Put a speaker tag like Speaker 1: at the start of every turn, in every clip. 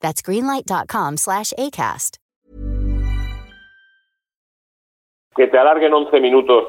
Speaker 1: That's greenlight.com slash ACAST.
Speaker 2: Que te alarguen 11 minutos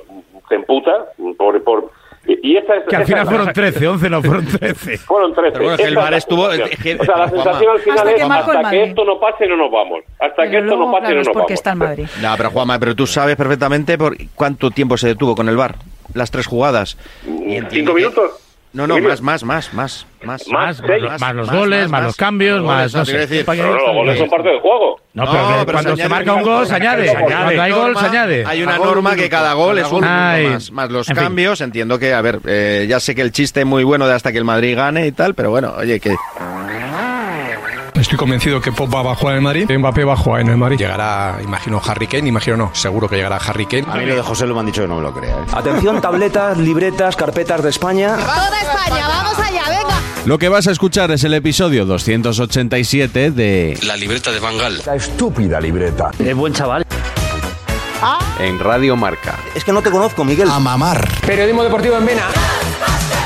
Speaker 2: te emputa. Por, por, y esa es,
Speaker 3: Que al
Speaker 2: esa
Speaker 3: final
Speaker 2: es la-
Speaker 3: fueron 13, 11 no fueron 13.
Speaker 2: Fueron 13.
Speaker 4: Pero bueno, que el
Speaker 2: Esa es
Speaker 4: VAR
Speaker 2: la
Speaker 4: estuvo-
Speaker 2: sensación.
Speaker 4: es que-
Speaker 2: o sea, la
Speaker 4: Juanma.
Speaker 2: sensación al final
Speaker 5: Hasta
Speaker 2: es
Speaker 5: que marcó el
Speaker 2: hasta que
Speaker 5: Madrid.
Speaker 2: esto no pase no nos vamos. Hasta que
Speaker 5: Pero
Speaker 2: esto
Speaker 5: luego,
Speaker 2: no pase
Speaker 5: claro,
Speaker 2: no
Speaker 5: es
Speaker 2: nos vamos.
Speaker 5: porque está en Madrid.
Speaker 6: No, pero Juanma, pero tú sabes perfectamente por cuánto tiempo se detuvo con el bar. Las tres jugadas. Y entiende
Speaker 2: ¿Cinco
Speaker 6: que-
Speaker 2: minutos?
Speaker 6: No, no,
Speaker 2: ¿Cinco
Speaker 6: más, más, más, más, más.
Speaker 3: Más,
Speaker 2: seis.
Speaker 3: más, más los goles, más, los cambios,
Speaker 6: Goles,
Speaker 3: más.
Speaker 6: no,
Speaker 3: No
Speaker 6: te
Speaker 3: sé.
Speaker 6: quiero decir.
Speaker 3: ¿Para qué
Speaker 2: No, no, los goles son parte del juego.
Speaker 3: No, pero,
Speaker 6: No,
Speaker 3: que
Speaker 6: pero
Speaker 3: cuando
Speaker 6: se
Speaker 3: se
Speaker 6: añade
Speaker 3: marca un
Speaker 6: una
Speaker 3: gol,
Speaker 6: cosa,
Speaker 3: se añade.
Speaker 2: se añade.
Speaker 3: Cuando hay
Speaker 6: Norma-
Speaker 3: gol, se añade.
Speaker 6: Hay una
Speaker 3: A gol,
Speaker 6: norma
Speaker 3: un
Speaker 6: que
Speaker 3: minuto.
Speaker 6: cada gol es un
Speaker 3: Ay.
Speaker 6: minuto más. Más los
Speaker 3: En fin.
Speaker 6: cambios, entiendo que, a ver, eh, ya sé que el chiste es muy bueno de hasta que el Madrid gane y tal, pero bueno, oye, que
Speaker 7: Estoy convencido que Pop va a jugar en el Madrid. Mbappé va a jugar en el Madrid. Llegará, imagino, Harry Kane. Imagino no, seguro que llegará Harry Kane.
Speaker 4: A mí lo de José lo me han dicho que no me lo crea. ¿eh?
Speaker 8: Atención, tabletas, libretas, carpetas de España.
Speaker 1: Toda España, vamos allá, venga.
Speaker 9: Lo que vas a escuchar es el episodio 287 de
Speaker 7: La libreta de Bangal.
Speaker 8: La estúpida libreta.
Speaker 4: Es buen chaval.
Speaker 9: En Radio Marca.
Speaker 8: Es que no te conozco, Miguel.
Speaker 7: A mamar.
Speaker 8: Periodismo deportivo en Vena.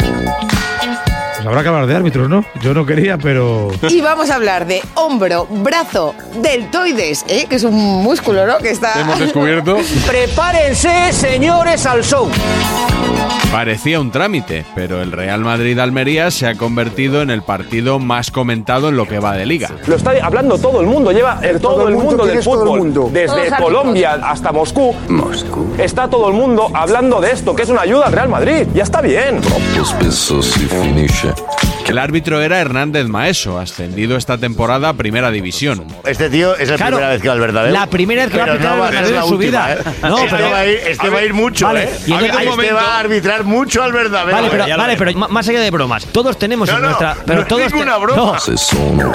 Speaker 3: Pues habrá que hablar de árbitros, ¿no? Yo no quería, pero.
Speaker 5: Y vamos a hablar de hombro, brazo, deltoides, ¿eh? que es un músculo, ¿no? Que está.
Speaker 7: Hemos descubierto.
Speaker 8: Prepárense, señores, al show.
Speaker 9: Parecía un trámite, pero el Real Madrid-Almería se ha convertido en el partido más comentado en lo que va de liga.
Speaker 8: Lo está hablando todo el mundo, lleva el- todo, el mundo del fútbol. Desde Colombia hasta Moscú. Moscú. Está todo el mundo hablando de esto, que es una ayuda al Real Madrid. Ya está bien.
Speaker 9: El árbitro era Hernández Maeso, ascendido esta temporada a Primera División.
Speaker 4: Este tío es la primera vez que va al verdadero.
Speaker 6: la primera vez que va a pitar al Bernabéu en su vida. No,
Speaker 4: No,
Speaker 6: pero-
Speaker 4: pero va a ir- ¿eh? este va a ir mucho, ¿eh?
Speaker 6: vale, y
Speaker 4: Ha
Speaker 6: entonces-
Speaker 4: habido
Speaker 6: hay
Speaker 4: un
Speaker 6: un
Speaker 4: este
Speaker 6: momento-
Speaker 4: va a arbitrar mucho al verdadero. ¿eh?
Speaker 6: Vale, pero,
Speaker 4: Ya lo
Speaker 6: vale,
Speaker 4: veremos.
Speaker 6: pero ma- más allá de bromas, todos tenemos
Speaker 4: No,
Speaker 6: en
Speaker 4: no,
Speaker 6: nuestra. Pero
Speaker 4: no es
Speaker 6: todos te-
Speaker 4: ninguna broma.
Speaker 6: No.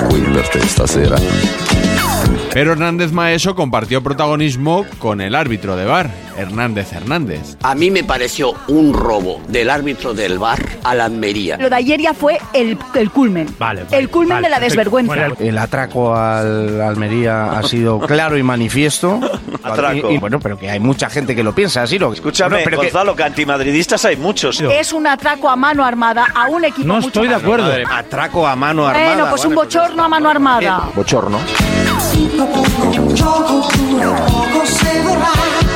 Speaker 9: Pero Hernández Maeso compartió protagonismo con el árbitro de bar, Hernández Hernández.
Speaker 4: A mí me pareció un robo del árbitro del bar a la Almería.
Speaker 5: Lo de ayer ya fue el, el culmen.
Speaker 6: Vale,
Speaker 5: el culmen de la desvergüenza.
Speaker 6: El atraco al Almería ha sido claro y manifiesto.
Speaker 4: Atraco.
Speaker 6: Y, y bueno, pero que hay mucha gente que lo piensa así. Lo,
Speaker 4: Escúchame,
Speaker 6: Bueno, pero que-
Speaker 4: Gonzalo, que... antimadridistas hay muchos.
Speaker 5: es un atraco a mano armada a un equipo.
Speaker 3: No
Speaker 5: mucho
Speaker 3: estoy de
Speaker 5: más-
Speaker 3: acuerdo.
Speaker 6: atraco a mano armada.
Speaker 5: Bueno, pues un
Speaker 6: vale, pues-
Speaker 5: bochorno a mano armada.
Speaker 4: Bochorno.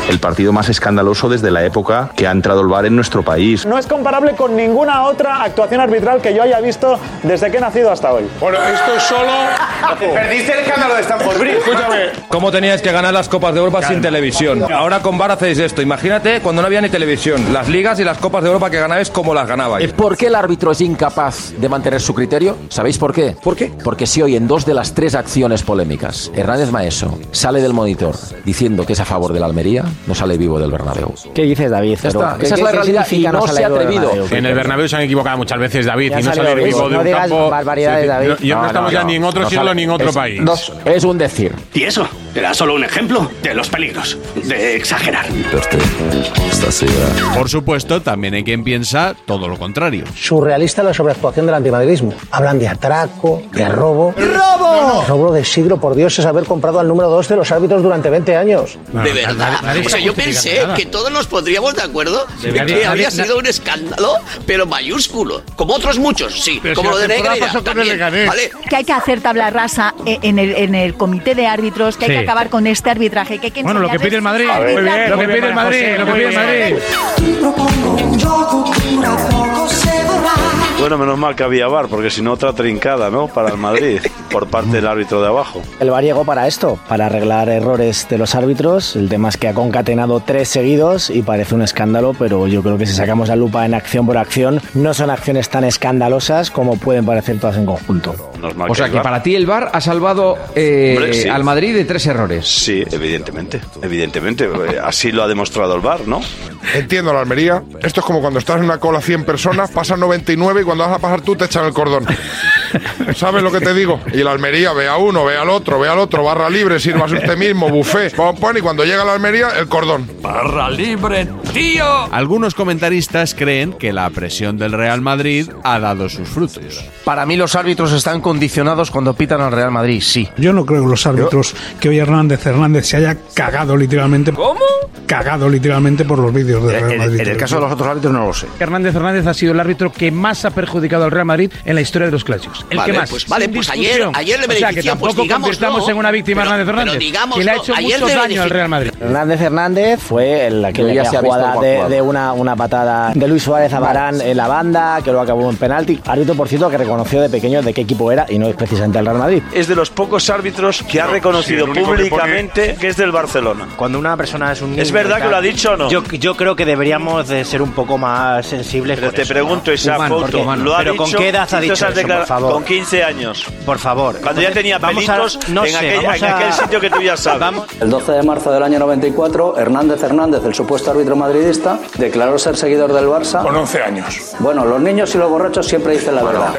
Speaker 4: El partido más escandaloso desde la época que ha entrado el bar en nuestro país.
Speaker 8: No es comparable con ninguna otra actuación arbitral que yo haya visto desde que he nacido hasta hoy.
Speaker 4: Bueno, esto es solo. Perdiste el escándalo de Stanford Bridge. Escúchame.
Speaker 7: ¿Cómo teníais que ganar las Copas de Europa sin televisión? Ahora con VAR hacéis esto. Imagínate cuando no había ni televisión. Las ligas y las Copas de Europa que ganabais, ¿cómo las ganabais?
Speaker 8: ¿Por qué el árbitro es incapaz de mantener su criterio? ¿Sabéis por qué? ¿Por qué? Porque si hoy en dos de las tres acciones polémicas, Hernández Maeso sale del monitor diciendo que es a favor de la Almería, no sale vivo del Bernabéu.
Speaker 4: ¿Qué dices, David?
Speaker 8: Ya está, esa es la realidad y no se ha atrevido.
Speaker 7: En el Bernabéu se han equivocado muchas veces, David,
Speaker 4: Ya y no salió salir vivo eso, de no un digas campo. barbaridades, Sí, sí. David. No, ya no No, no, estamos ya no. ni en otro No siglo sale- ni en otro es- país.
Speaker 8: Es un decir.
Speaker 4: ¿Y eso?
Speaker 10: Era solo un ejemplo de los peligros de exagerar.
Speaker 9: Por supuesto, también hay quien piensa todo lo contrario.
Speaker 7: Surrealista la sobreactuación del antimadridismo. Hablan de atraco, de robo.
Speaker 11: ¡Robo!
Speaker 7: Robo de siglo, por Dios, es haber comprado al número 2 de los árbitros durante 20 años.
Speaker 10: de verdad.
Speaker 7: nadie
Speaker 10: o sea,
Speaker 7: está
Speaker 10: yo
Speaker 7: justificando
Speaker 10: pensé
Speaker 7: nada.
Speaker 10: que todos nos pondríamos de acuerdo
Speaker 7: De
Speaker 10: de
Speaker 7: verdad,
Speaker 10: que
Speaker 7: nadie-
Speaker 10: había
Speaker 7: nadie-
Speaker 10: sido un escándalo, pero mayúsculo. Como otros muchos, sí. como lo de Negreira. también, ¿vale?
Speaker 5: Que hay que hacer tabla rasa e- en el, en el comité de árbitros, que hay que
Speaker 12: Sí.
Speaker 5: acabar con este arbitraje, que hay que
Speaker 12: Bueno, lo que pide el
Speaker 5: enseñarles
Speaker 12: Madrid.
Speaker 5: a
Speaker 12: Muy
Speaker 5: arbitrar.
Speaker 12: bien, lo que pide el Madrid, lo que pide el Madrid.
Speaker 8: Bueno, menos mal que había bar, porque si no otra trincada, ¿no? Para el Madrid, por parte del árbitro de abajo.
Speaker 7: El VAR llegó para esto, para arreglar errores de los árbitros. El tema es que ha concatenado tres seguidos y parece un escándalo, pero yo creo que si sacamos la lupa en acción por acción, no son acciones tan escandalosas como pueden parecer todas en conjunto.
Speaker 8: Menos mal
Speaker 13: O sea
Speaker 8: el
Speaker 13: que
Speaker 8: VAR-
Speaker 13: para ti el VAR ha salvado eh,
Speaker 8: Hombre, sí.
Speaker 13: al Madrid de tres errores.
Speaker 8: Sí, evidentemente, evidentemente. eh, Así lo ha demostrado el bar, ¿no?
Speaker 14: Entiendo la Almería. Esto es como cuando estás en una cola 100 personas, pasan 99 y cuando vas a pasar tú te echan el cordón. ¿Sabes lo que te digo? Y la Almería ve a uno, ve al otro, ve al otro, barra libre, sirvas usted mismo, buffet, pon, pon, y cuando llega la Almería, el cordón.
Speaker 9: ¡Barra libre, tío! Algunos comentaristas creen que la presión del Real Madrid ha dado sus frutos.
Speaker 15: Para mí los árbitros están condicionados cuando pitan al Real Madrid, sí.
Speaker 12: Yo no creo que los árbitros que hoy Hernández Hernández se haya cagado literalmente.
Speaker 15: ¿Cómo?
Speaker 12: Cagado literalmente por los vídeos
Speaker 6: Eh,
Speaker 12: de Real Madrid.
Speaker 15: otros árbitros no lo sé.
Speaker 16: Hernández Hernández ha sido el árbitro que más ha perjudicado al Real Madrid en la historia de los clásicos. El
Speaker 10: Vale,
Speaker 16: que más.
Speaker 10: pues, vale,
Speaker 16: sin
Speaker 10: pues
Speaker 16: discusión.
Speaker 10: ayer- ayer le
Speaker 16: O sea, que
Speaker 10: benefició, pues
Speaker 16: tampoco
Speaker 10: digámoslo,
Speaker 16: convirtamos en una víctima
Speaker 10: pero-
Speaker 16: Hernández
Speaker 10: pero
Speaker 16: Hernández. que le ha
Speaker 10: digámoslo,
Speaker 16: hecho
Speaker 10: ayer
Speaker 16: mucho
Speaker 10: le
Speaker 16: daño al
Speaker 10: benefició.
Speaker 16: Real Madrid.
Speaker 7: Hernández Hernández fue el que
Speaker 16: Yo ya
Speaker 7: la
Speaker 16: se ha visto
Speaker 7: jugada
Speaker 16: cómo
Speaker 7: de,
Speaker 16: actuaba.
Speaker 7: de una, una patada de Luis Suárez a Barán en la banda, que lo acabó en penalti. Árbitro, por cierto, que reconoció de pequeño de qué equipo era y no es precisamente el Real Madrid.
Speaker 8: Es de los pocos árbitros que ha reconocido
Speaker 17: sí, el único que
Speaker 8: públicamente que, es del Barcelona.
Speaker 17: Cuando una persona es un...
Speaker 8: ¿Es verdad que lo ha dicho o no?
Speaker 17: Yo, yo creo que deberíamos de ser un poco más sensibles.
Speaker 8: Pero
Speaker 17: con
Speaker 8: te
Speaker 17: eso,
Speaker 8: pregunto,
Speaker 17: ¿no?
Speaker 8: esa foto, ¿lo ha
Speaker 17: Pero
Speaker 8: dicho?
Speaker 17: ¿con qué edad ha
Speaker 8: Entonces
Speaker 17: dicho
Speaker 8: has
Speaker 17: eso, por
Speaker 8: declarado-
Speaker 17: favor?
Speaker 8: Con 15 años.
Speaker 17: Por favor.
Speaker 8: Cuando ya tenía
Speaker 17: Vamos a-
Speaker 8: pelitos
Speaker 17: no
Speaker 8: en,
Speaker 17: sé,
Speaker 8: aquel,
Speaker 17: vamos
Speaker 8: en
Speaker 17: a-
Speaker 8: aquel sitio que tú ya sabes.
Speaker 18: El 12 de marzo del año 94, Hernández Hernández, el supuesto árbitro madridista, declaró ser seguidor del Barça.
Speaker 19: Oh,
Speaker 18: Con 11 años. Bueno, los niños y los borrachos siempre dicen la verdad.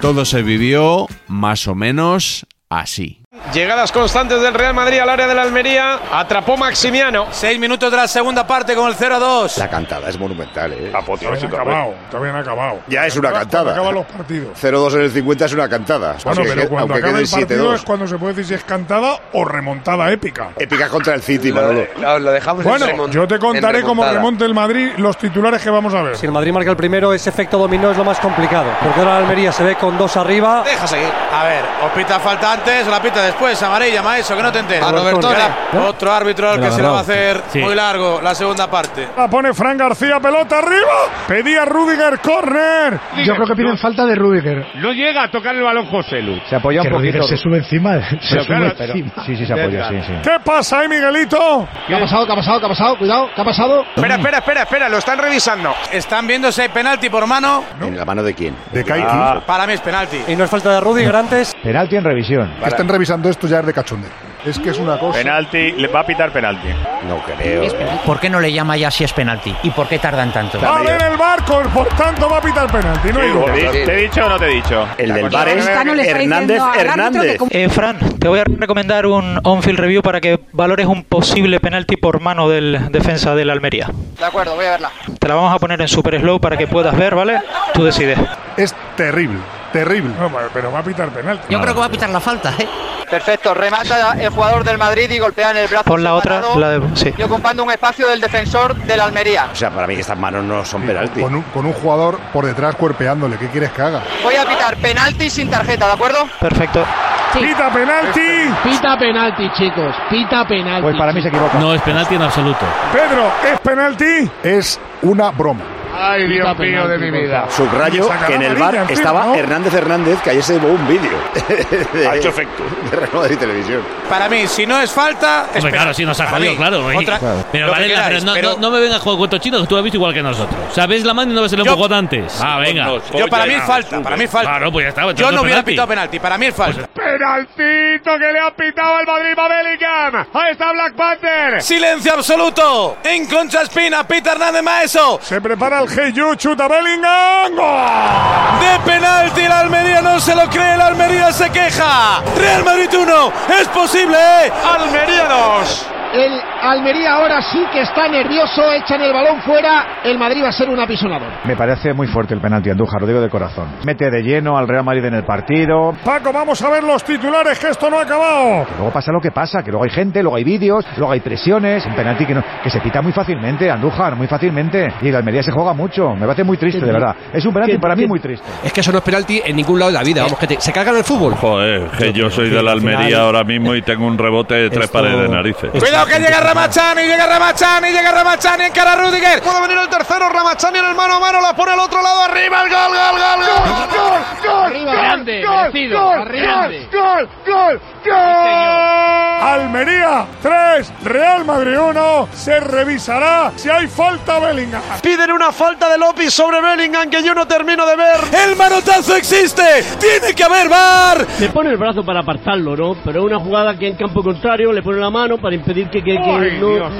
Speaker 9: Todo se vivió más o menos así.
Speaker 2: Llegadas constantes del Real Madrid al área de la Almería. Atrapó Maximiano. Seis minutos de la segunda parte con el 0-2. La cantada es monumental, ¿eh?
Speaker 20: acabado, todavía no ha acabado.
Speaker 21: Ya es una cantada.
Speaker 20: Acaban los partidos.
Speaker 21: 0-2 en el 50 es una cantada.
Speaker 20: Bueno,
Speaker 21: aunque
Speaker 20: pero
Speaker 21: que-
Speaker 20: cuando
Speaker 21: aunque quede
Speaker 20: acabe el partido
Speaker 21: 7-2.
Speaker 20: es cuando se puede decir si es cantada o remontada épica.
Speaker 21: Épica contra el City, Manolo. dejamos
Speaker 20: Bueno, yo te contaré cómo remonte el Madrid los titulares que vamos a ver.
Speaker 22: Si el Madrid marca el primero, ese efecto dominó es lo más complicado. Porque ahora la Almería se ve con dos arriba.
Speaker 6: Deja seguir. A ver, os pita falta antes, o la pita después, amarilla, maestro, que no te enteres.
Speaker 20: A Robertone.
Speaker 6: Era Otro árbitro al
Speaker 20: Me la
Speaker 6: que se lo va a
Speaker 20: agarraba.
Speaker 6: hacer
Speaker 20: Sí.
Speaker 6: muy largo la segunda parte.
Speaker 20: La pone Fran García, pelota arriba. Pedía Rudiger, corner.
Speaker 23: Yo creo que piden falta de Rudiger.
Speaker 24: No llega a tocar el balón José Lu. Se apoya
Speaker 23: Que Rudiger se sube encima. Se sube encima.
Speaker 24: sí, sí, se apoya, sí, sí.
Speaker 20: ¿Qué pasa ahí, Miguelito?
Speaker 23: ¿Qué ha pasado? ¿Qué ha pasado? ¿Qué ha pasado? Cuidado, ¿qué ha pasado?
Speaker 6: Espera, espera, espera, espera, lo están revisando. Están viendo si hay penalti por mano.
Speaker 21: ¿En la mano de quién? De
Speaker 20: Ah.
Speaker 6: Para mí es penalti.
Speaker 23: Y no es falta de Rudiger antes.
Speaker 24: Penalti en revisión.
Speaker 21: Que estén
Speaker 20: revisando esto ya es de cachonde. Es que es una cosa.
Speaker 24: Penalti, le va a pitar penalti. No creo.
Speaker 25: ¿Por qué no le llama ya si es penalti? ¿Y por qué tardan tanto?
Speaker 20: Va a ver el barco, por tanto va a pitar penalti. No hay duda.
Speaker 24: ¿Te he dicho o no te he dicho? El del
Speaker 20: bar es Esta no le está Hernández diciendo al árbitro Hernández. que com-
Speaker 3: Eh, Fran, te voy a recomendar un on-field review para que valores un posible penalti por mano del defensa del Almería.
Speaker 25: De acuerdo, voy a verla.
Speaker 3: Te la vamos a poner en super slow para que puedas ver, ¿vale? Tú decides.
Speaker 20: Es terrible, terrible. No, pero va a pitar penalti.
Speaker 25: Yo creo que va a pitar la falta, ¿eh? Perfecto, remata el jugador del Madrid y golpea en el brazo.
Speaker 3: Pon la otra,
Speaker 25: separado
Speaker 3: la de- sí.
Speaker 25: Y ocupando un espacio del defensor del Almería.
Speaker 21: O sea, para mí estas manos no son penalti.
Speaker 20: Con un, con un jugador por detrás cuerpeándole, ¿qué quieres que haga?
Speaker 25: Voy a pitar penalti sin tarjeta, ¿de acuerdo?
Speaker 3: Perfecto.
Speaker 20: Pita penalti.
Speaker 25: Pita penalti, chicos. Pita penalti.
Speaker 20: Pues para mí se equivoca.
Speaker 3: No es penalti en absoluto.
Speaker 20: Pedro, ¿es penalti? Es una broma. Ay,
Speaker 21: Dios
Speaker 20: mío de mi vida.
Speaker 21: Subrayo que en el bar estaba Hernández Hernández, que ayer se llevó un vídeo. Ha hecho efecto. De Real Madrid Televisión.
Speaker 6: Para mí, si no es falta. es
Speaker 3: Hombre, claro, sí, nos ha
Speaker 6: Para
Speaker 3: jodido,
Speaker 6: mí.
Speaker 3: claro. güey.
Speaker 6: Otra-
Speaker 3: Pero,
Speaker 6: lo que
Speaker 3: Varela, pero
Speaker 6: queráis,
Speaker 3: no,
Speaker 6: pero
Speaker 3: no- no me vengas a jugar cuento chino, que tú lo has visto igual que nosotros. O sea, ves la mano y no ves el empujón antes. Ah, venga.
Speaker 6: Yo para mí es falta, para mí es falta.
Speaker 3: Claro, pues ya está.
Speaker 6: Yo
Speaker 3: entonces
Speaker 6: no
Speaker 3: penalti.
Speaker 6: hubiera
Speaker 3: Pues
Speaker 6: pitado penalti, para mí es falta.
Speaker 20: Penaltito que le ha pitado el Madrid a Bellingham. Ahí está Black Panther.
Speaker 6: Silencio absoluto. En concha espina, Pita Hernández Maeso.
Speaker 20: Se prepara
Speaker 26: lateral, Heyu, chuta Bellingham. ¡Gol!
Speaker 27: De penalti, la Almería no se lo cree, la Almería se queja. Real Madrid 1, es posible. ¿eh? Almería 2.
Speaker 28: El Almería ahora sí que está nervioso, echan el balón fuera, el Madrid va a ser un apisonador.
Speaker 24: Me parece muy fuerte el penalti Andújar, lo digo de corazón. Mete de lleno al Real Madrid en el partido.
Speaker 26: Paco, vamos a ver los titulares, que esto no ha acabado.
Speaker 24: Que luego pasa lo que pasa, que luego hay gente, luego hay vídeos, luego hay presiones. Un penalti que, no- que se pita muy fácilmente, Andújar, muy fácilmente. Y el Almería se juega mucho. Me parece muy triste, de verdad. Es un penalti para mí muy triste.
Speaker 4: Es que eso no es penalti en ningún lado de la vida. Vamos, que te- se cargan el fútbol.
Speaker 6: Pues, Joder, que yo soy de la
Speaker 4: al final-
Speaker 6: Almería ahora mismo y tengo un rebote de tres
Speaker 4: Esto-
Speaker 6: pares de narices.
Speaker 4: Cuidado
Speaker 2: que llega Ramachani, llega Ramachani, llega Ramachani, encara a Rudiger. Puede venir el tercero, Ramachani en el mano a mano, la pone al otro lado, arriba, el gol, gol, gol, gol.
Speaker 26: ¡Gol! ¡Gol!
Speaker 28: Arriba,
Speaker 26: ¡Gol!
Speaker 28: grande,
Speaker 26: ¡Gol!
Speaker 28: merecido,
Speaker 26: ¡Gol!
Speaker 28: arriba, grande.
Speaker 26: ¡Gol! ¡Gol! ¡Gol! Almería 3, Real Madrid 1. Se revisará si hay falta Bellingham.
Speaker 27: Piden una falta de López sobre Bellingham que yo no termino de ver. El manotazo existe. Tiene que haber bar.
Speaker 6: Le pone el brazo para apartarlo, ¿no? Pero es una jugada que en campo contrario le pone la mano para impedir que, que, que
Speaker 26: Ay,
Speaker 6: no,
Speaker 26: Dios.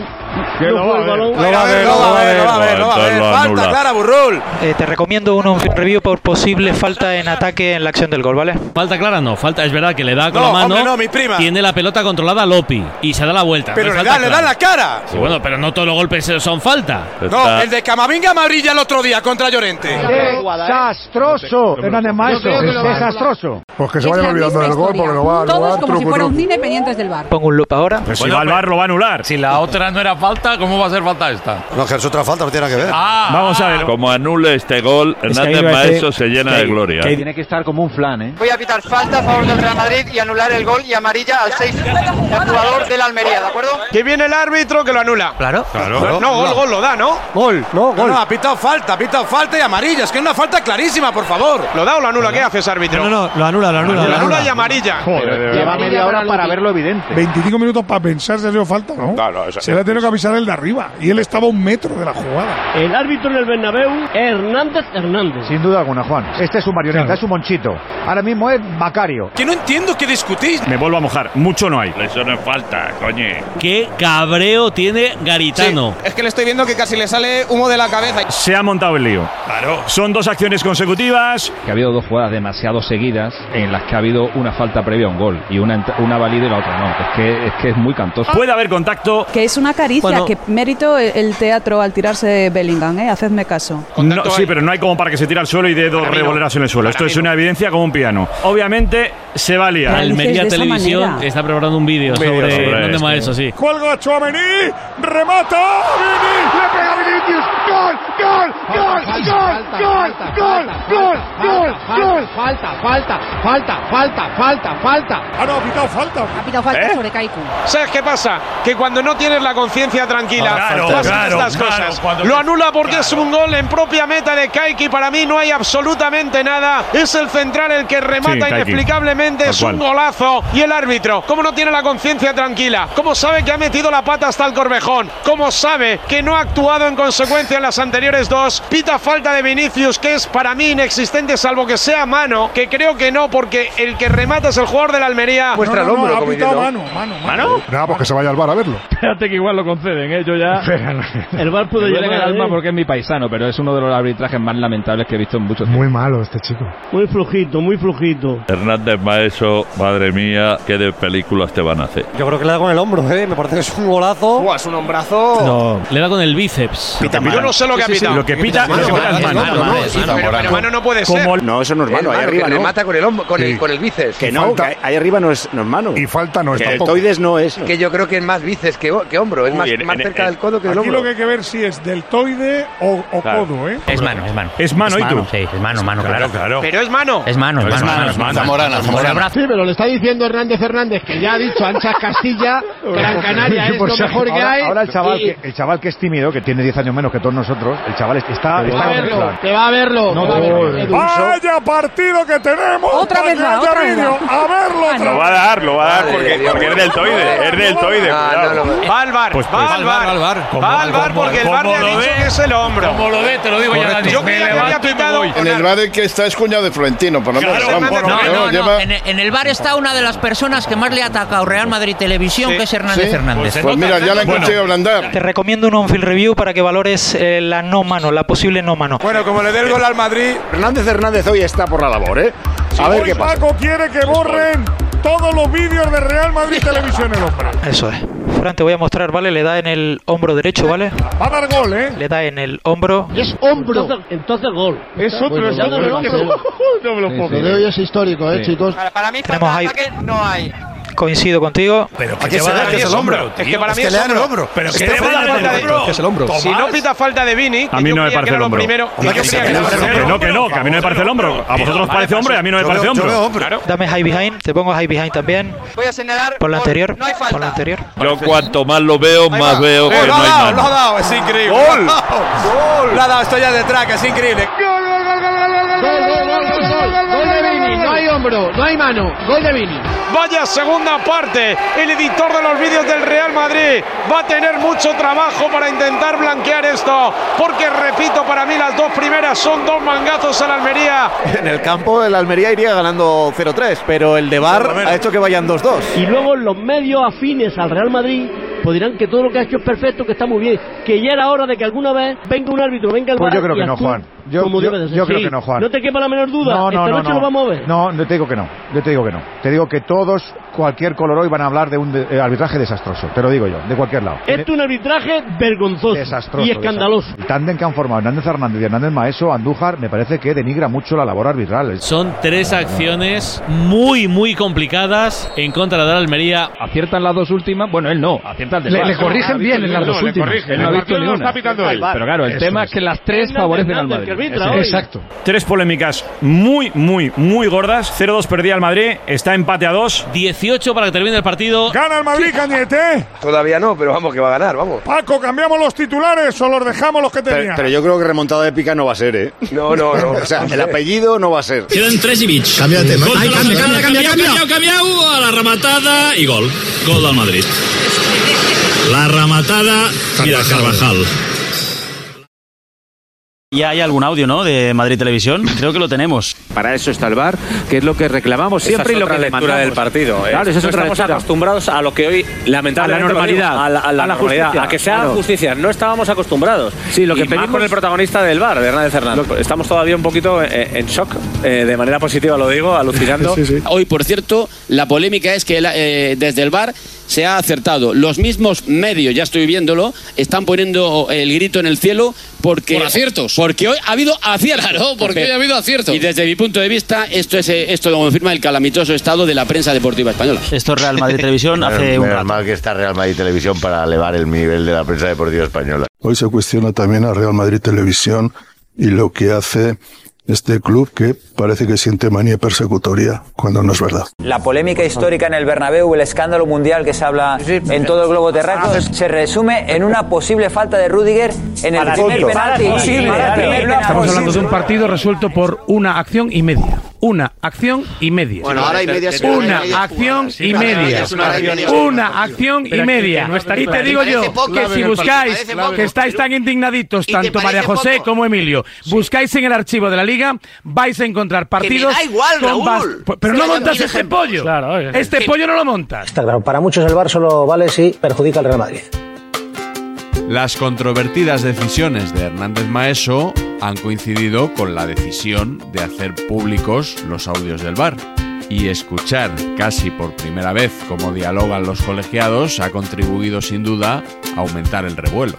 Speaker 26: Que
Speaker 6: no
Speaker 26: lo va a
Speaker 6: juegue el
Speaker 26: ver.
Speaker 6: balón.
Speaker 26: Lo va a ver, lo va a ver, lo va a ver, lo va a ver. Falta clara, Burrul.
Speaker 3: Eh, te recomiendo un on-field review por posible falta en ataque en la acción del gol, ¿vale?
Speaker 8: Falta clara, no, falta, es verdad que le da con
Speaker 3: No,
Speaker 8: la mano.
Speaker 3: hombre, no, mi prima.
Speaker 8: Tiene la pelota controlada a Lopi y se da la vuelta.
Speaker 2: Pero
Speaker 8: no es
Speaker 2: le
Speaker 8: falta
Speaker 2: da, le da en
Speaker 8: clara.
Speaker 2: la cara.
Speaker 8: Sí, bueno, pero no todos los golpes son falta.
Speaker 2: No, el de Camavinga me brilla el otro día contra Llorente.
Speaker 24: Desastroso. Hernández Maestro, Yo creo que lo va a desastroso.
Speaker 20: Pues que
Speaker 24: se vayan olvidando del gol porque lo va
Speaker 5: Todos como si fueran independientes del bar.
Speaker 3: Pongo un loop ahora.
Speaker 29: Pues si va al bar, lo va a anular. Si la otra no era falta, ¿cómo va a ser falta Ah. esta?
Speaker 6: No, que es otra falta, no tiene nada que ver. Vamos a ver. Como anule este gol,
Speaker 24: Es que
Speaker 6: Hernández
Speaker 24: ahí va a ser-
Speaker 6: Maeso se llena
Speaker 24: que ahí-
Speaker 6: de gloria.
Speaker 24: que ahí tiene que estar como un flan, ¿eh?
Speaker 25: Voy a pitar falta a favor del Real Madrid y anular el gol y amarilla al 6 del jugador del Almería, ¿de acuerdo?
Speaker 2: Que viene el árbitro que lo anula.
Speaker 8: Claro.
Speaker 2: No, no, gol, gol lo da, ¿no?
Speaker 8: Gol, no,
Speaker 2: No, no, ha pitado falta, ha pitado falta y amarilla. Es que es una falta clarísima, por favor. ¿Lo da o lo anula? ¿Qué haces, árbitro?
Speaker 8: No, no, lo anula, lo
Speaker 2: anula. Lo anula y amarilla.
Speaker 20: Lleva media hora para
Speaker 8: verlo evidente.
Speaker 20: 25 minutos para pensar si ha sido falta, ¿no? se le ha tenido que avisar el de arriba. Y él estaba a un metro de la jugada.
Speaker 6: El árbitro en el Bernabéu, Hernández Hernández.
Speaker 24: Sin duda alguna, Juan. Este es un marioneta, es un monchito. Ahora mismo es Macario.
Speaker 2: Que no entiendo qué discutís.
Speaker 8: Me vuelvo a mojar, mucho no hay.
Speaker 6: Eso no es falta, coño.
Speaker 8: Qué cabreo tiene Garitano.
Speaker 2: Es que le estoy viendo que casi le sale humo de la cabeza.
Speaker 8: Se ha montado el lío. Claro. Son dos acciones consecutivas.
Speaker 29: que ha habido dos jugadas demasiado seguidas en las que ha habido una falta previa a un gol y una, ent- una válida y la otra no. Es que es, que es muy cantoso.
Speaker 8: Puede haber contacto.
Speaker 5: Que es una caricia,
Speaker 8: Bueno.
Speaker 5: que mérito el- el teatro al tirarse de Bellingham, ¿eh? Hacedme caso.
Speaker 8: No, sí, pero no hay como para que se tire al suelo y dé dos revoleras en el suelo. Esto es una evidencia como un piano. Obviamente se va a liar.
Speaker 20: La Almería dices de esa Televisión
Speaker 8: Televisión
Speaker 20: manera.
Speaker 8: está preparando un vídeo
Speaker 20: sobre
Speaker 8: sobre
Speaker 20: sobre
Speaker 8: dónde
Speaker 20: esto.
Speaker 8: va eso, sí.
Speaker 20: Juega Chouameni, remata, Vini, le pega a Vinicius, gol, gol, gol, gol, gol, gol, gol, gol, falta, falta, falta, falta, falta, falta. Ah, no, ha pitado falta.
Speaker 5: Ha pitado
Speaker 2: falta ¿Eh?
Speaker 5: sobre Kaiku.
Speaker 2: ¿Sabes qué pasa? Que cuando no tienes la conciencia tranquila,
Speaker 6: Claro,
Speaker 2: pasan
Speaker 6: claro,
Speaker 2: estas
Speaker 6: claro,
Speaker 2: cosas.
Speaker 6: cuando-
Speaker 2: Lo anula porque es un gol en propia meta de Kaiki. Para mí no hay absolutamente nada. Es el central el que
Speaker 6: Sí,
Speaker 2: remata
Speaker 6: Kaiki.
Speaker 2: inexplicablemente.
Speaker 6: Tal
Speaker 2: Es un
Speaker 6: cual.
Speaker 2: golazo. Y el árbitro, ¿cómo no tiene la conciencia tranquila? ¿Cómo sabe que ha metido la pata hasta el corvejón? ¿Cómo sabe que no ha actuado en consecuencia en las anteriores dos? Pita falta de Vinicius, que es para mí inexistente, salvo que sea mano, que creo que no, porque el que remata es el jugador del Almería.
Speaker 20: No, no, no, ha pitado mano, mano, mano. Nada, pues que se vaya al bar a verlo.
Speaker 29: Espérate que igual lo conceden, ¿eh? Yo ya... El bar puede
Speaker 6: Me
Speaker 29: llegar
Speaker 6: duele
Speaker 29: al
Speaker 6: el
Speaker 29: alma
Speaker 6: alma
Speaker 29: porque es mi paisano, pero es uno de los arbitrajes más lamentables que he visto en muchos Muy malo este chico. Muy flojito, muy flojito.
Speaker 6: Hernández Maeso, madre mía, qué de películas te van a hacer.
Speaker 4: Yo creo que le da con el hombro, ¿eh? Me parece que es un golazo. es un hombrazo.
Speaker 8: No, le da con el bíceps.
Speaker 2: Yo no sé lo que ha pitado.
Speaker 8: Lo que pita,
Speaker 2: Mano,
Speaker 8: lo que pita
Speaker 2: mano,
Speaker 8: es mano.
Speaker 2: mano,
Speaker 8: Mano,
Speaker 2: mano,
Speaker 8: sí,
Speaker 2: mano, pero- pero mano no puede ser.
Speaker 6: Como- No, eso no es mano, ahí arriba
Speaker 30: que
Speaker 6: no.
Speaker 30: remata con el, hombro, con,
Speaker 6: Sí.
Speaker 30: el, con el bíceps.
Speaker 6: Que no, que ahí arriba no es, no es mano. Y falta no
Speaker 30: Que
Speaker 6: El
Speaker 30: tampoco.
Speaker 6: toides no es.
Speaker 30: Que yo creo que es más bíceps que, que hombro, es
Speaker 6: Uy,
Speaker 30: más,
Speaker 6: en-
Speaker 30: más
Speaker 6: en-
Speaker 30: cerca
Speaker 6: en-
Speaker 30: del codo que del
Speaker 20: Aquí
Speaker 30: hombro.
Speaker 20: lo que hay que ver si es deltoide o, o
Speaker 30: Claro.
Speaker 20: codo, ¿eh.
Speaker 31: Es mano, es mano.
Speaker 8: Es mano, ¿y tú?
Speaker 31: Sí, es mano, mano, claro.
Speaker 2: Pero es mano.
Speaker 31: Es mano, es mano, mano, es mano.
Speaker 12: Sí, pero le está diciendo Hernández Hernández que ya ha dicho Anchas Castilla, Gran Canaria es lo mejor que
Speaker 24: Ahora-
Speaker 12: hay.
Speaker 24: Ahora el chaval,
Speaker 12: y-
Speaker 24: que, el chaval que es tímido, que tiene 10 años menos que todos nosotros, el chaval es- está...
Speaker 12: Que
Speaker 24: está
Speaker 12: va a
Speaker 24: en otro
Speaker 12: verlo,
Speaker 24: plan.
Speaker 12: que va a verlo.
Speaker 24: No,
Speaker 12: que va a verlo.
Speaker 24: no, no.
Speaker 12: Edu.
Speaker 20: Vaya partido que tenemos.
Speaker 32: Otra vez
Speaker 20: Vaya
Speaker 32: va, otra vez
Speaker 20: vídeo.
Speaker 32: va.
Speaker 20: A verlo.
Speaker 32: Ah, no.
Speaker 20: otra
Speaker 33: Lo va a
Speaker 20: vez.
Speaker 33: dar, lo va a dar
Speaker 32: Madre
Speaker 33: porque,
Speaker 32: de Dios.
Speaker 33: porque es deltoide, es deltoide.
Speaker 32: Ah,
Speaker 33: cuidado.
Speaker 32: no, no.
Speaker 33: Eh,
Speaker 32: Va
Speaker 2: al bar,
Speaker 33: pues,
Speaker 2: va
Speaker 33: pues.
Speaker 2: al bar, va al bar porque el bar le ha
Speaker 33: como lo
Speaker 2: dicho
Speaker 33: ve,
Speaker 2: que es el hombro.
Speaker 33: como lo ve, te lo digo ya, Correcto. Dani.
Speaker 2: Yo creía
Speaker 33: Me
Speaker 2: que había
Speaker 33: levanto y me
Speaker 2: pitado.
Speaker 33: voy.
Speaker 34: En el bar el que está es cuñado de Florentino, por lo menos.
Speaker 2: Claro,
Speaker 34: vamos,
Speaker 2: Fernández,
Speaker 34: ¿no?
Speaker 2: no,
Speaker 34: Lleva-
Speaker 35: No, en, en el bar está una de las personas que más le ha atacado Real Madrid Televisión, que es Hernández
Speaker 34: Sí.
Speaker 35: Hernández.
Speaker 34: Pues mira, ya la he conseguido ablandar.
Speaker 3: Te recomiendo un on-field review para que valores eh, la no mano, la posible no mano.
Speaker 34: Bueno, como le dé el gol al Madrid. Hernández Hernández hoy está por la labor, ¿eh? A ver
Speaker 20: Hoy
Speaker 34: qué pasa.
Speaker 20: Paco quiere que borren todos los vídeos de Real Madrid Televisión el hombre.
Speaker 3: Eso es. Fran, te voy a mostrar, ¿vale? Le da en el hombro derecho, ¿vale?
Speaker 20: Va a dar gol, ¿eh?
Speaker 3: Le da en el hombro.
Speaker 12: Es hombro.
Speaker 36: Entonces, entonces gol.
Speaker 12: Es
Speaker 3: otro, es otro, es otro.
Speaker 12: No me lo
Speaker 3: puedo
Speaker 12: Lo
Speaker 3: creer.
Speaker 12: de hoy es histórico, eh,
Speaker 3: Sí.
Speaker 12: chicos.
Speaker 3: Tenemos ahí.
Speaker 37: No hay.
Speaker 3: Coincido contigo.
Speaker 37: Pero
Speaker 3: que
Speaker 37: que ¿A qué te va se a dar da?
Speaker 3: es
Speaker 37: que es el hombro,
Speaker 3: Es que
Speaker 37: para mí es hombro.
Speaker 3: Pero
Speaker 37: Es
Speaker 3: que
Speaker 37: que
Speaker 3: le
Speaker 37: fue
Speaker 3: va a
Speaker 37: la
Speaker 3: dar el
Speaker 37: falta de-
Speaker 3: hombro.
Speaker 37: es el hombro.
Speaker 3: Tomás.
Speaker 37: Si no pita falta de Vini,
Speaker 38: A mí no me
Speaker 37: que
Speaker 38: parece
Speaker 37: era
Speaker 38: el
Speaker 37: lo
Speaker 38: hombro.
Speaker 37: primero.
Speaker 38: Que no, que no, que a mí no me parece el hombro. A vosotros os parece hombro y a mí no me parece hombro.
Speaker 3: Dame high behind, te pongo high behind también.
Speaker 37: Voy a señalar.
Speaker 3: Por la
Speaker 37: gol.
Speaker 3: anterior.
Speaker 37: No hay falta.
Speaker 3: Por la anterior.
Speaker 8: Yo cuanto más lo veo, más veo que no hay mano.
Speaker 39: es increíble.
Speaker 8: Gol.
Speaker 39: ¡Gol! Lo ha dado, esto ya de track, es increíble.
Speaker 12: Gol de Vini, no hay hombro, no hay mano. Gol de Vini.
Speaker 2: Vaya segunda parte. El editor de los vídeos del Real Madrid va a tener mucho trabajo para intentar blanquear esto. Porque repito, para mí las dos primeras son dos mangazos al Almería.
Speaker 40: En el campo, el Almería iría ganando 0-3, pero el de Bar ha hecho que vayan 2-2.
Speaker 36: Y luego los medios afines al Real Madrid pues dirán que todo lo que ha hecho es perfecto, que está muy bien, que ya era hora de que alguna vez venga un árbitro, venga el
Speaker 24: Pues
Speaker 36: VAR
Speaker 24: yo creo
Speaker 36: y
Speaker 24: que no,
Speaker 36: actúe
Speaker 24: Juan. Yo,
Speaker 36: como
Speaker 24: yo-
Speaker 36: debe de ser.
Speaker 24: yo creo
Speaker 36: Sí.
Speaker 24: que no, Juan.
Speaker 36: No te quepa la menor duda.
Speaker 24: No, no,
Speaker 36: Esta
Speaker 24: no,
Speaker 36: noche
Speaker 24: no.
Speaker 36: lo vamos a ver.
Speaker 24: No, yo te digo que no. Yo te digo que no. Te digo que todos, cualquier color hoy, van a hablar de un de- eh, arbitraje desastroso. Te lo digo yo, de cualquier lado.
Speaker 36: Este es un arbitraje vergonzoso
Speaker 24: Eh. Desastroso,
Speaker 36: y escandaloso.
Speaker 24: desastroso. El tándem que han formado Hernández Hernández y Hernández Maeso, Andújar, me parece que denigra mucho la labor arbitral.
Speaker 8: Son tres acciones muy, muy complicadas en contra de la Almería.
Speaker 41: Aciertan las dos últimas, bueno, él no, acierta el del
Speaker 8: Le-
Speaker 41: Bar.
Speaker 8: le corrigen
Speaker 41: No,
Speaker 8: bien
Speaker 41: no,
Speaker 8: en las
Speaker 41: no,
Speaker 8: dos
Speaker 41: le
Speaker 8: últimas.
Speaker 41: corrigen, no
Speaker 8: El
Speaker 41: ha
Speaker 8: partido
Speaker 41: visto
Speaker 8: no
Speaker 41: ni
Speaker 8: está
Speaker 41: una.
Speaker 8: pitando él.
Speaker 41: Pero claro, el
Speaker 8: Eso
Speaker 41: tema
Speaker 8: es.
Speaker 41: es que las tres
Speaker 8: Hernández,
Speaker 41: favorecen al
Speaker 8: Hernández,
Speaker 41: Madrid.
Speaker 8: que
Speaker 41: Ese
Speaker 8: arbitra
Speaker 41: es.
Speaker 8: hoy.
Speaker 41: Exacto.
Speaker 38: Tres polémicas muy, muy, muy gordas. 0-2 perdía el Madrid, está empate a 2.
Speaker 8: 18 para que termine el partido.
Speaker 20: Gana el Madrid, Cañete.
Speaker 42: Todavía no, pero vamos, que va a ganar, vamos.
Speaker 20: Paco, cambiamos los titulares o los dejamos los que
Speaker 43: Pero,
Speaker 20: tenía.
Speaker 43: pero yo creo que remontada épica no va a ser, ¿eh?
Speaker 42: No, no, no.
Speaker 43: o sea, el apellido no va a ser.
Speaker 8: Quedan tres y bits.
Speaker 43: Cambia de tema. Ay, cambia, cambia, cambia,
Speaker 8: cambia, uh, a la rematada y gol. Gol del Madrid. La rematada y la Carvajal. Ya hay algún audio, ¿no? De Madrid Televisión. Creo que lo tenemos. Para eso está el bar, que es lo que reclamamos
Speaker 6: siempre y lo que demandamos. Claro, esa
Speaker 8: ¿eh?
Speaker 6: es otra
Speaker 8: estamos
Speaker 6: lectura.
Speaker 8: acostumbrados a lo que hoy lamentablemente
Speaker 6: A la normalidad.
Speaker 8: a la, a la
Speaker 6: A la
Speaker 8: normalidad,
Speaker 6: justicia,
Speaker 8: a que sea
Speaker 6: claro.
Speaker 8: justicia. No estábamos acostumbrados.
Speaker 6: Sí, lo que
Speaker 8: y más
Speaker 6: pedimos-
Speaker 8: con el protagonista del bar, de Hernández Hernández. Estamos todavía un poquito eh, en shock, eh, de manera positiva lo digo, alucinando.
Speaker 6: Hoy, por cierto, la polémica es que la- eh, desde el bar se ha acertado. Los mismos medios, ya estoy viéndolo, están poniendo el grito en el cielo porque.
Speaker 18: Por aciertos.
Speaker 6: Porque hoy ha habido aciertos.
Speaker 18: Claro, porque hoy ha habido aciertos.
Speaker 6: Y desde mi punto de vista, esto es eh, esto lo confirma el calamitoso estado de la prensa deportiva española. Esto es Real Madrid Televisión
Speaker 21: menos mal que está Real Madrid Televisión para elevar el nivel de la prensa deportiva española.
Speaker 15: Hoy se cuestiona también a Real Madrid Televisión y lo que hace este club que parece que siente manía persecutoria cuando no es verdad.
Speaker 25: La polémica histórica en el Bernabéu, el escándalo mundial que se habla en todo el globo terráqueo, se resume en una posible falta de Rudiger en el primer penalti. Para el primer penalti.
Speaker 44: Estamos hablando de un partido resuelto por una acción y media. Una acción y media.
Speaker 25: Bueno, ahora y media sí.
Speaker 44: Una
Speaker 25: Ahora y media.
Speaker 44: acción
Speaker 25: Sí,
Speaker 44: y
Speaker 25: ahora y
Speaker 44: media.
Speaker 25: media es una acción y media.
Speaker 44: Una acción y
Speaker 25: Pero que-
Speaker 44: media.
Speaker 25: que no está
Speaker 44: Y te
Speaker 25: claro.
Speaker 44: digo
Speaker 25: Y te
Speaker 44: yo
Speaker 25: parece poco.
Speaker 44: que si buscáis,
Speaker 25: Te parece poco.
Speaker 44: que estáis tan indignaditos,
Speaker 25: Y te
Speaker 44: tanto María
Speaker 25: parece
Speaker 44: José
Speaker 25: poco.
Speaker 44: como Emilio, buscáis en el archivo de la Liga, vais a encontrar partidos.
Speaker 25: da igual,
Speaker 44: con
Speaker 25: Raúl.
Speaker 44: bas- Pero no
Speaker 25: Pero hay
Speaker 44: montas
Speaker 25: mil
Speaker 44: este pollo. Este
Speaker 25: Que-
Speaker 44: pollo no lo montas.
Speaker 11: Está claro, para muchos el bar solo vale si perjudica al Real Madrid.
Speaker 9: Las controvertidas decisiones de Hernández Maeso han coincidido con la decisión de hacer públicos los audios del bar. Y escuchar casi por primera vez cómo dialogan los colegiados ha contribuido sin duda a aumentar el revuelo.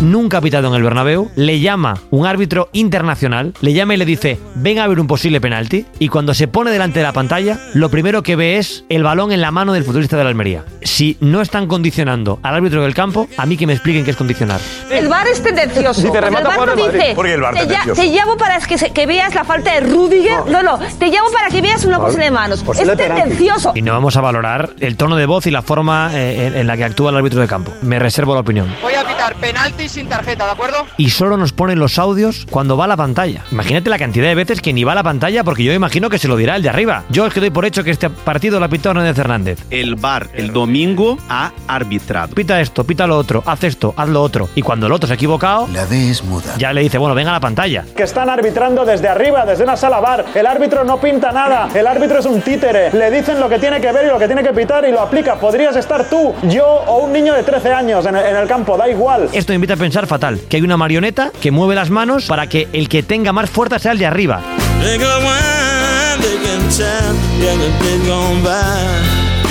Speaker 4: nunca ha pitado en el Bernabéu, le llama un árbitro internacional, le llama y le dice, ven a ver un posible penalti, y cuando se pone delante de la pantalla, lo primero que ve es el balón en la mano del futbolista de la Almería. Si no están condicionando al árbitro del campo, a mí que me expliquen qué es condicionar.
Speaker 45: El bar es tendencioso.
Speaker 4: Si te remata,
Speaker 45: el bar
Speaker 4: juega
Speaker 45: no
Speaker 4: el Madrid.
Speaker 45: dice.
Speaker 4: ¿Por qué el VAR
Speaker 45: te,
Speaker 4: tendencioso?
Speaker 45: te llamo para que, se- que veas la falta de Rudiger. No, no. Te llamo para que veas una
Speaker 4: Vale.
Speaker 45: posible de manos.
Speaker 4: Posible
Speaker 45: Es
Speaker 4: penalti.
Speaker 45: tendencioso.
Speaker 4: Y no vamos a valorar el tono de voz y la forma eh, en, en la que actúa el árbitro de campo. Me reservo la opinión.
Speaker 37: Voy a pitar
Speaker 46: pitar penalti sin tarjeta, ¿de acuerdo?
Speaker 4: y solo nos ponen los audios cuando va a la pantalla. Imagínate la cantidad de veces que ni va a la pantalla porque yo imagino que se lo dirá el de arriba. Yo es que doy por hecho que este partido lo ha pitado Hernández Hernández.
Speaker 6: El VAR el domingo ha arbitrado.
Speaker 4: Pita esto, pita lo otro, haz esto, haz lo otro. Y cuando el otro se ha equivocado, la D es muda. Ya le dice, bueno, venga a la pantalla.
Speaker 8: que están arbitrando desde arriba, desde una sala bar. El árbitro no pinta nada, el árbitro es un títere. Le dicen lo que tiene que ver y lo que tiene que pitar y lo aplica. Podrías estar tú, yo o un niño de 13 años en el, en el campo, da igual.
Speaker 4: Esto me invita a pensar fatal, que hay una marioneta que mueve las manos para que el que tenga más fuerza sea el de arriba.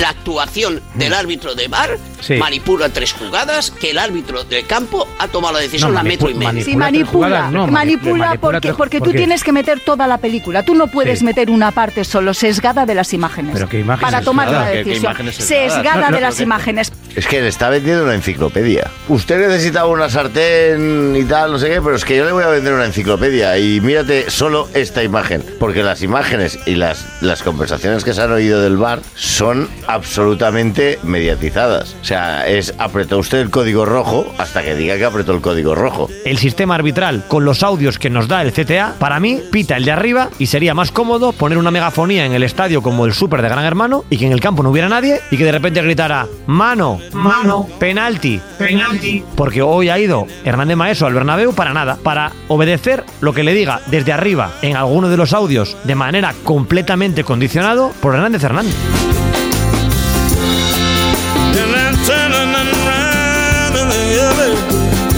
Speaker 10: La actuación del árbitro de bar
Speaker 4: Sí.
Speaker 10: manipula tres jugadas que el árbitro del campo ha tomado la decisión
Speaker 5: No,
Speaker 10: a metro y
Speaker 5: manipu-
Speaker 10: medio.
Speaker 5: Sí, manipula, manipula, porque, porque tú tienes que meter toda la película. Tú no puedes
Speaker 4: Sí.
Speaker 5: meter una parte solo sesgada de las imágenes.
Speaker 4: Pero qué imágenes
Speaker 5: para tomar
Speaker 21: sesgadas,
Speaker 5: una
Speaker 21: qué- qué
Speaker 5: decisión.
Speaker 21: imágenes sesgadas.
Speaker 5: Sesgada
Speaker 21: No, no,
Speaker 5: de las
Speaker 21: porque-
Speaker 5: imágenes.
Speaker 21: Es que le está vendiendo una enciclopedia. Usted necesitaba una sartén y tal, no sé qué, pero es que yo le voy a vender una enciclopedia. Y mírate solo esta imagen, porque las imágenes y las, las conversaciones que se han oído del bar son absolutamente mediatizadas. O sea, es apretó usted el código rojo hasta que diga que apretó el código rojo.
Speaker 4: El sistema arbitral con los audios que nos da el CTA, para mí, pita el de arriba y sería más cómodo poner una megafonía en el estadio como el Super de Gran Hermano y que en el campo no hubiera nadie y que de repente gritara mano, mano, penalti, penalti. Porque hoy ha ido Hernández Maeso al Bernabéu para nada, para obedecer lo que le diga desde arriba en alguno de los audios de manera completamente condicionado por Hernández Hernández.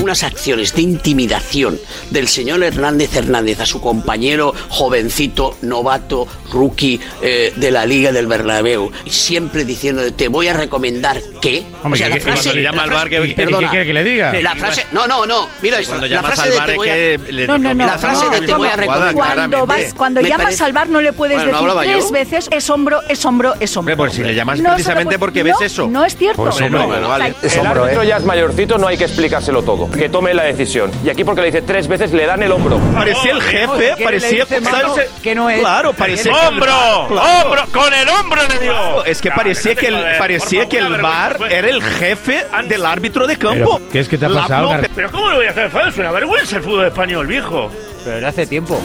Speaker 10: Unas acciones de intimidación del señor Hernández Hernández a su compañero jovencito, novato, rookie eh, de la Liga del Bernabéu. Y siempre diciendo, te voy a recomendar que...
Speaker 6: Hombre, que- que cuando le llama al VAR, que-
Speaker 10: perdona,
Speaker 6: ¿qué quiere que le diga?
Speaker 10: La frase... No, no, no. Mira esto.
Speaker 6: Cuando
Speaker 10: La
Speaker 6: llamas
Speaker 10: frase
Speaker 6: al
Speaker 10: de
Speaker 6: VAR
Speaker 10: te
Speaker 6: es
Speaker 10: voy a...
Speaker 6: que le
Speaker 10: No, no, no, la frase de te voy a
Speaker 6: jugada,
Speaker 10: recomendar...
Speaker 5: Cuando, vas, cuando
Speaker 6: Me
Speaker 5: llamas
Speaker 6: parece-
Speaker 5: al bar no le puedes
Speaker 6: Bueno, ¿no
Speaker 5: decir
Speaker 6: hablaba yo?
Speaker 5: tres veces es hombro, es hombro, es hombro.
Speaker 6: Hombre, pues si le llamas
Speaker 5: No se lo
Speaker 6: precisamente
Speaker 5: puedes-
Speaker 6: porque
Speaker 5: no,
Speaker 6: ves eso.
Speaker 5: No es cierto.
Speaker 6: Pues hombre, bueno, vale.
Speaker 47: El árbitro
Speaker 8: eh.
Speaker 47: ya es mayorcito, no hay que explicárselo todo. Que tome la decisión. Y aquí porque le dice tres veces le dan el hombro.
Speaker 6: Parecía el jefe, parecía. ¿sabes? Claro, parecía. que el
Speaker 47: ¡Hombro!
Speaker 6: bar- claro.
Speaker 47: ¡Hombro!
Speaker 6: ¡Con el hombro le dio! Es que
Speaker 47: Claro,
Speaker 6: parecía
Speaker 47: déjate
Speaker 6: que el,
Speaker 47: joder,
Speaker 6: parecía que el bar era el jefe del árbitro de campo.
Speaker 48: ¿Qué es que te ha
Speaker 6: La
Speaker 48: pasado,
Speaker 6: plop-
Speaker 48: Gar-
Speaker 18: Pero ¿cómo lo voy a hacer falso? Una vergüenza el fútbol español, viejo. Pero era hace tiempo.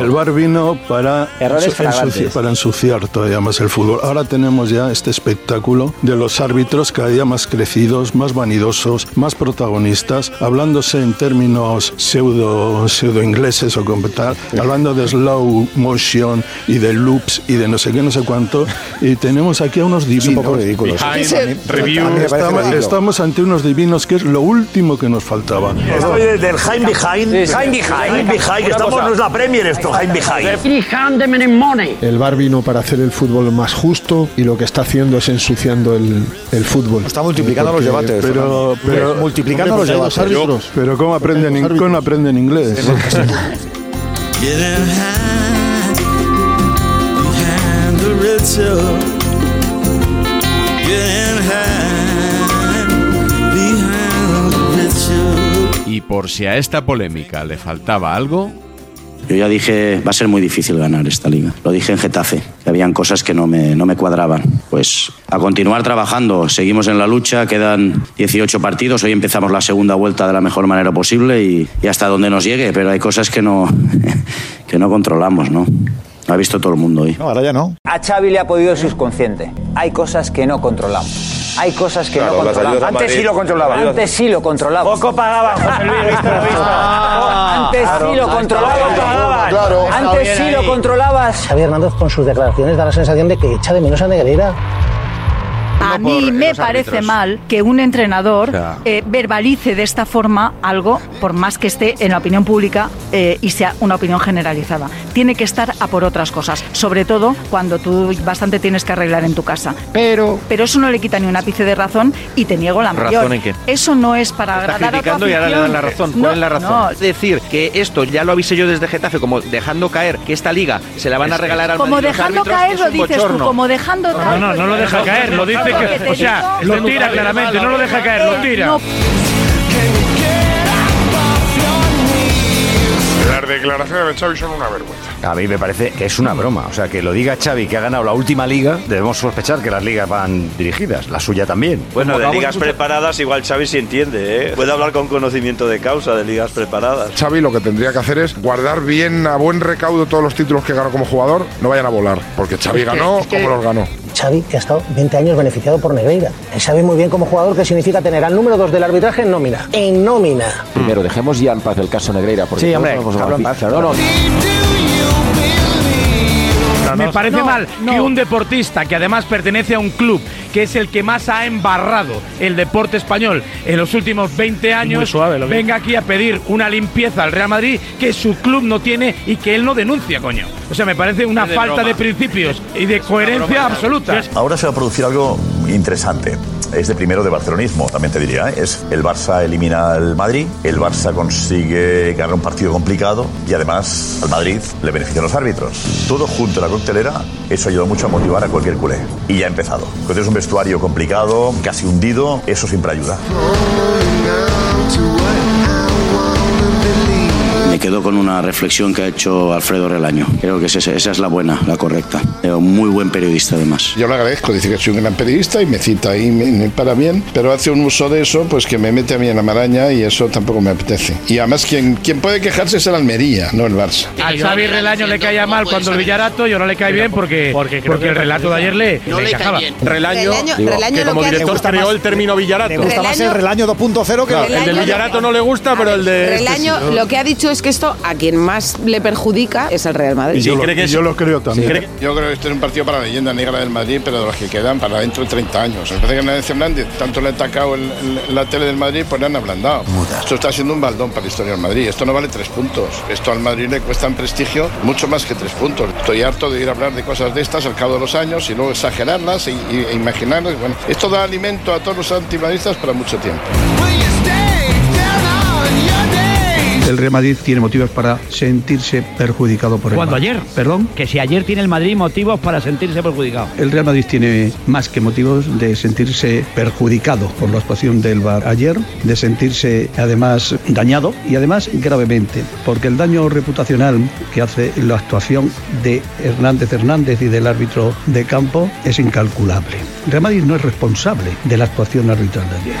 Speaker 15: El bar vino para,
Speaker 8: Errores
Speaker 15: ensu-
Speaker 8: flagrantes.
Speaker 15: ensuci- para ensuciar todavía más el fútbol. Ahora tenemos ya este espectáculo de los árbitros cada día más crecidos, más vanidosos, más protagonistas, hablándose en términos pseudo, pseudo ingleses o como tal, hablando de slow motion y de loops y de no sé qué, no sé cuánto. Y tenemos aquí a unos divinos.
Speaker 8: poco ridículo, sí. Behind
Speaker 15: Ese-
Speaker 8: review. A mí me parece
Speaker 15: Estamos,
Speaker 8: ridículo.
Speaker 15: estamos ante unos divinos que es lo último que nos faltaba.
Speaker 8: Estoy desde el Jaime Behind.
Speaker 48: Sí, sí.
Speaker 8: Jaime Behind.
Speaker 48: Jaime
Speaker 8: Behind, que
Speaker 48: Una
Speaker 8: estamos
Speaker 48: cosa.
Speaker 8: no es la Premier esto, Jaime Behind.
Speaker 48: El bar vino para hacer el fútbol más justo y lo que está haciendo es ensuciando el, el fútbol. Eh, Está
Speaker 15: multiplicando los debates, Fernando. Pues, multiplicando los debates.
Speaker 48: árbitros.
Speaker 15: Pero ¿cómo aprenden, in- cómo aprenden inglés?
Speaker 19: Y por si a esta polémica le faltaba algo,
Speaker 18: Yo ya dije, va a ser muy difícil ganar esta liga. Lo dije en Getafe, que habían cosas que no me, no me cuadraban. Pues a continuar trabajando, seguimos en la lucha, quedan 18 partidos, hoy empezamos la segunda vuelta de la mejor manera posible y, y hasta donde nos llegue, pero hay cosas que no, que no controlamos, ¿no? Lo ha visto todo el mundo hoy.
Speaker 15: No, ahora ya no.
Speaker 25: A Xavi le ha podido el subconsciente. Hay cosas que no controlamos. Hay cosas que
Speaker 47: Claro,
Speaker 25: no
Speaker 47: las
Speaker 25: controlamos.
Speaker 47: ayudas a Madrid. Las ayudas.
Speaker 25: Antes sí lo controlaba. Poco pagaban, José Luis, Antes sí lo controlabas. Antes sí lo controlabas.
Speaker 11: Xavier Hernández con sus declaraciones da la sensación de que echa de menos a Negreira.
Speaker 5: A mí me parece mal que un entrenador
Speaker 11: Ya.
Speaker 5: eh, verbalice de esta forma algo, por más que esté en la opinión pública eh, y sea una opinión generalizada. Tiene que estar a por otras cosas, sobre todo cuando tú bastante tienes que arreglar en tu casa. Pero, pero eso no le quita ni un ápice de razón y te niego la
Speaker 6: ¿Razón
Speaker 5: mayor.
Speaker 6: en qué?
Speaker 5: Eso no es para agradar a tu
Speaker 6: criticando y ahora le dan
Speaker 5: afición.
Speaker 6: la razón. ¿Cuál
Speaker 5: No,
Speaker 6: es la razón?
Speaker 5: no,
Speaker 6: Es decir, que esto ya lo avisé yo desde Getafe, como dejando caer que esta liga se la van a regalar al
Speaker 5: como
Speaker 6: Madrid los
Speaker 5: dejando
Speaker 6: árbitros,
Speaker 5: caer
Speaker 6: es
Speaker 5: lo
Speaker 6: un
Speaker 5: dices tú,
Speaker 6: bochorno.
Speaker 5: como dejando
Speaker 6: No,
Speaker 5: caer. pues
Speaker 6: no, no lo deja caer, lo dice que- o sea, lo tira claramente, no lo deja caer, lo tira.
Speaker 5: No,
Speaker 14: La Las declaraciones de Xavi son una vergüenza.
Speaker 49: A mí me parece que es
Speaker 7: Mm.
Speaker 49: una broma. O sea, que lo diga Xavi, que ha ganado la última liga, debemos sospechar que las ligas van dirigidas, la suya también.
Speaker 50: Bueno, de
Speaker 49: Acabamos
Speaker 50: ligas
Speaker 49: escuchar-
Speaker 50: preparadas igual Xavi sí entiende, ¿eh? Puede hablar con conocimiento de causa de ligas preparadas.
Speaker 14: Xavi lo que tendría que hacer es guardar bien a buen recaudo todos los títulos que ganó como jugador, no vayan a volar, porque Xavi
Speaker 11: Es que-
Speaker 14: ganó
Speaker 11: es que-
Speaker 14: como los ganó.
Speaker 11: Xavi, que ha estado 20 años beneficiado por Negreira. Él sabe muy bien como jugador qué significa tener al número 2 del arbitraje en nómina. En nómina.
Speaker 49: Mm.
Speaker 7: Primero, dejemos ya en paz el caso Negreira. Porque
Speaker 11: Sí, hombre,
Speaker 8: Pues,
Speaker 7: todos somos
Speaker 11: habla en
Speaker 7: golfistas. No, no,
Speaker 6: Me
Speaker 7: no.
Speaker 6: parece
Speaker 7: No,
Speaker 6: mal que un deportista que además pertenece a un club que es el que más ha embarrado el deporte español en los últimos 20 años
Speaker 51: suave, lo vi.
Speaker 6: venga aquí a pedir una limpieza al Real Madrid que su club no tiene y que él no denuncia, coño. O sea, me parece una
Speaker 51: Es de
Speaker 6: falta
Speaker 51: broma.
Speaker 6: de principios y de
Speaker 51: broma,
Speaker 6: coherencia
Speaker 51: claro.
Speaker 6: absoluta.
Speaker 8: Ahora se va a producir algo interesante. Es de primero de barcelonismo, también te diría. ¿eh? Es el Barça elimina al Madrid, el Barça consigue ganar un partido complicado y además al Madrid le benefician los árbitros. Todo junto a la coctelera, eso ayuda mucho a motivar a cualquier culé. Y ya ha empezado. Cuando tienes un vestuario complicado, casi hundido, eso siempre ayuda.
Speaker 18: Me quedo con una reflexión que ha hecho Alfredo Relaño. Creo que es esa, esa es la buena, la correcta. Eh, Un muy buen periodista, además.
Speaker 34: Yo le agradezco, dice que soy un gran periodista y me cita ahí me- me para bien, pero hace un uso de eso pues que me mete a mí en la maraña y eso tampoco me apetece. Y además quien, quien puede quejarse es el Almería, no el Barça.
Speaker 6: Al Xavi Relaño le caía mal cuando el Villarato y ahora le cae bien porque, porque, el relato de ayer le,
Speaker 24: No
Speaker 6: le
Speaker 24: le cae
Speaker 6: encajaba.
Speaker 24: bien. Relaño- Relaño- Digo, Relaño que lo como que hace- director
Speaker 6: Me gusta
Speaker 24: creó
Speaker 6: más-
Speaker 24: el término Villarato.
Speaker 6: me
Speaker 24: Le gusta más el Relaño 2.0 que el del Villarato no le gusta, pero el de. este
Speaker 34: Relaño
Speaker 24: sí, ¿no?
Speaker 34: lo que ha dicho es que esto a quien más le perjudica es al Real Madrid. Y yo Sí, lo- cree que y es- yo lo
Speaker 52: creo
Speaker 34: también. cree Yo creo que este es un partido para la leyenda negra del Madrid, pero de los que quedan para dentro de 30 años. Me parece que Hernández Hernández, tanto le ha atacado el- el- la tele del Madrid, pues le han ablandado. Esto está siendo un baldón para la historia del Madrid. Esto no vale tres puntos. Esto al Madrid le cuesta en prestigio mucho más que tres puntos. Estoy harto de ir a hablar de cosas de estas al cabo de los años y luego exagerarlas e, e- e imaginarlas. Bueno, esto da alimento a todos los antimadridistas para mucho tiempo. El Real Madrid tiene motivos para sentirse perjudicado por el
Speaker 4: Cuando
Speaker 34: Madrid.
Speaker 4: ayer, perdón, que si ayer tiene el Madrid motivos para sentirse perjudicado.
Speaker 34: El Real Madrid tiene más que motivos de sentirse perjudicado por la actuación del VAR ayer, de sentirse además dañado y además gravemente, porque el daño reputacional que hace la actuación de Hernández Hernández y del árbitro de campo es incalculable. El Real Madrid no es responsable de la actuación arbitral de ayer.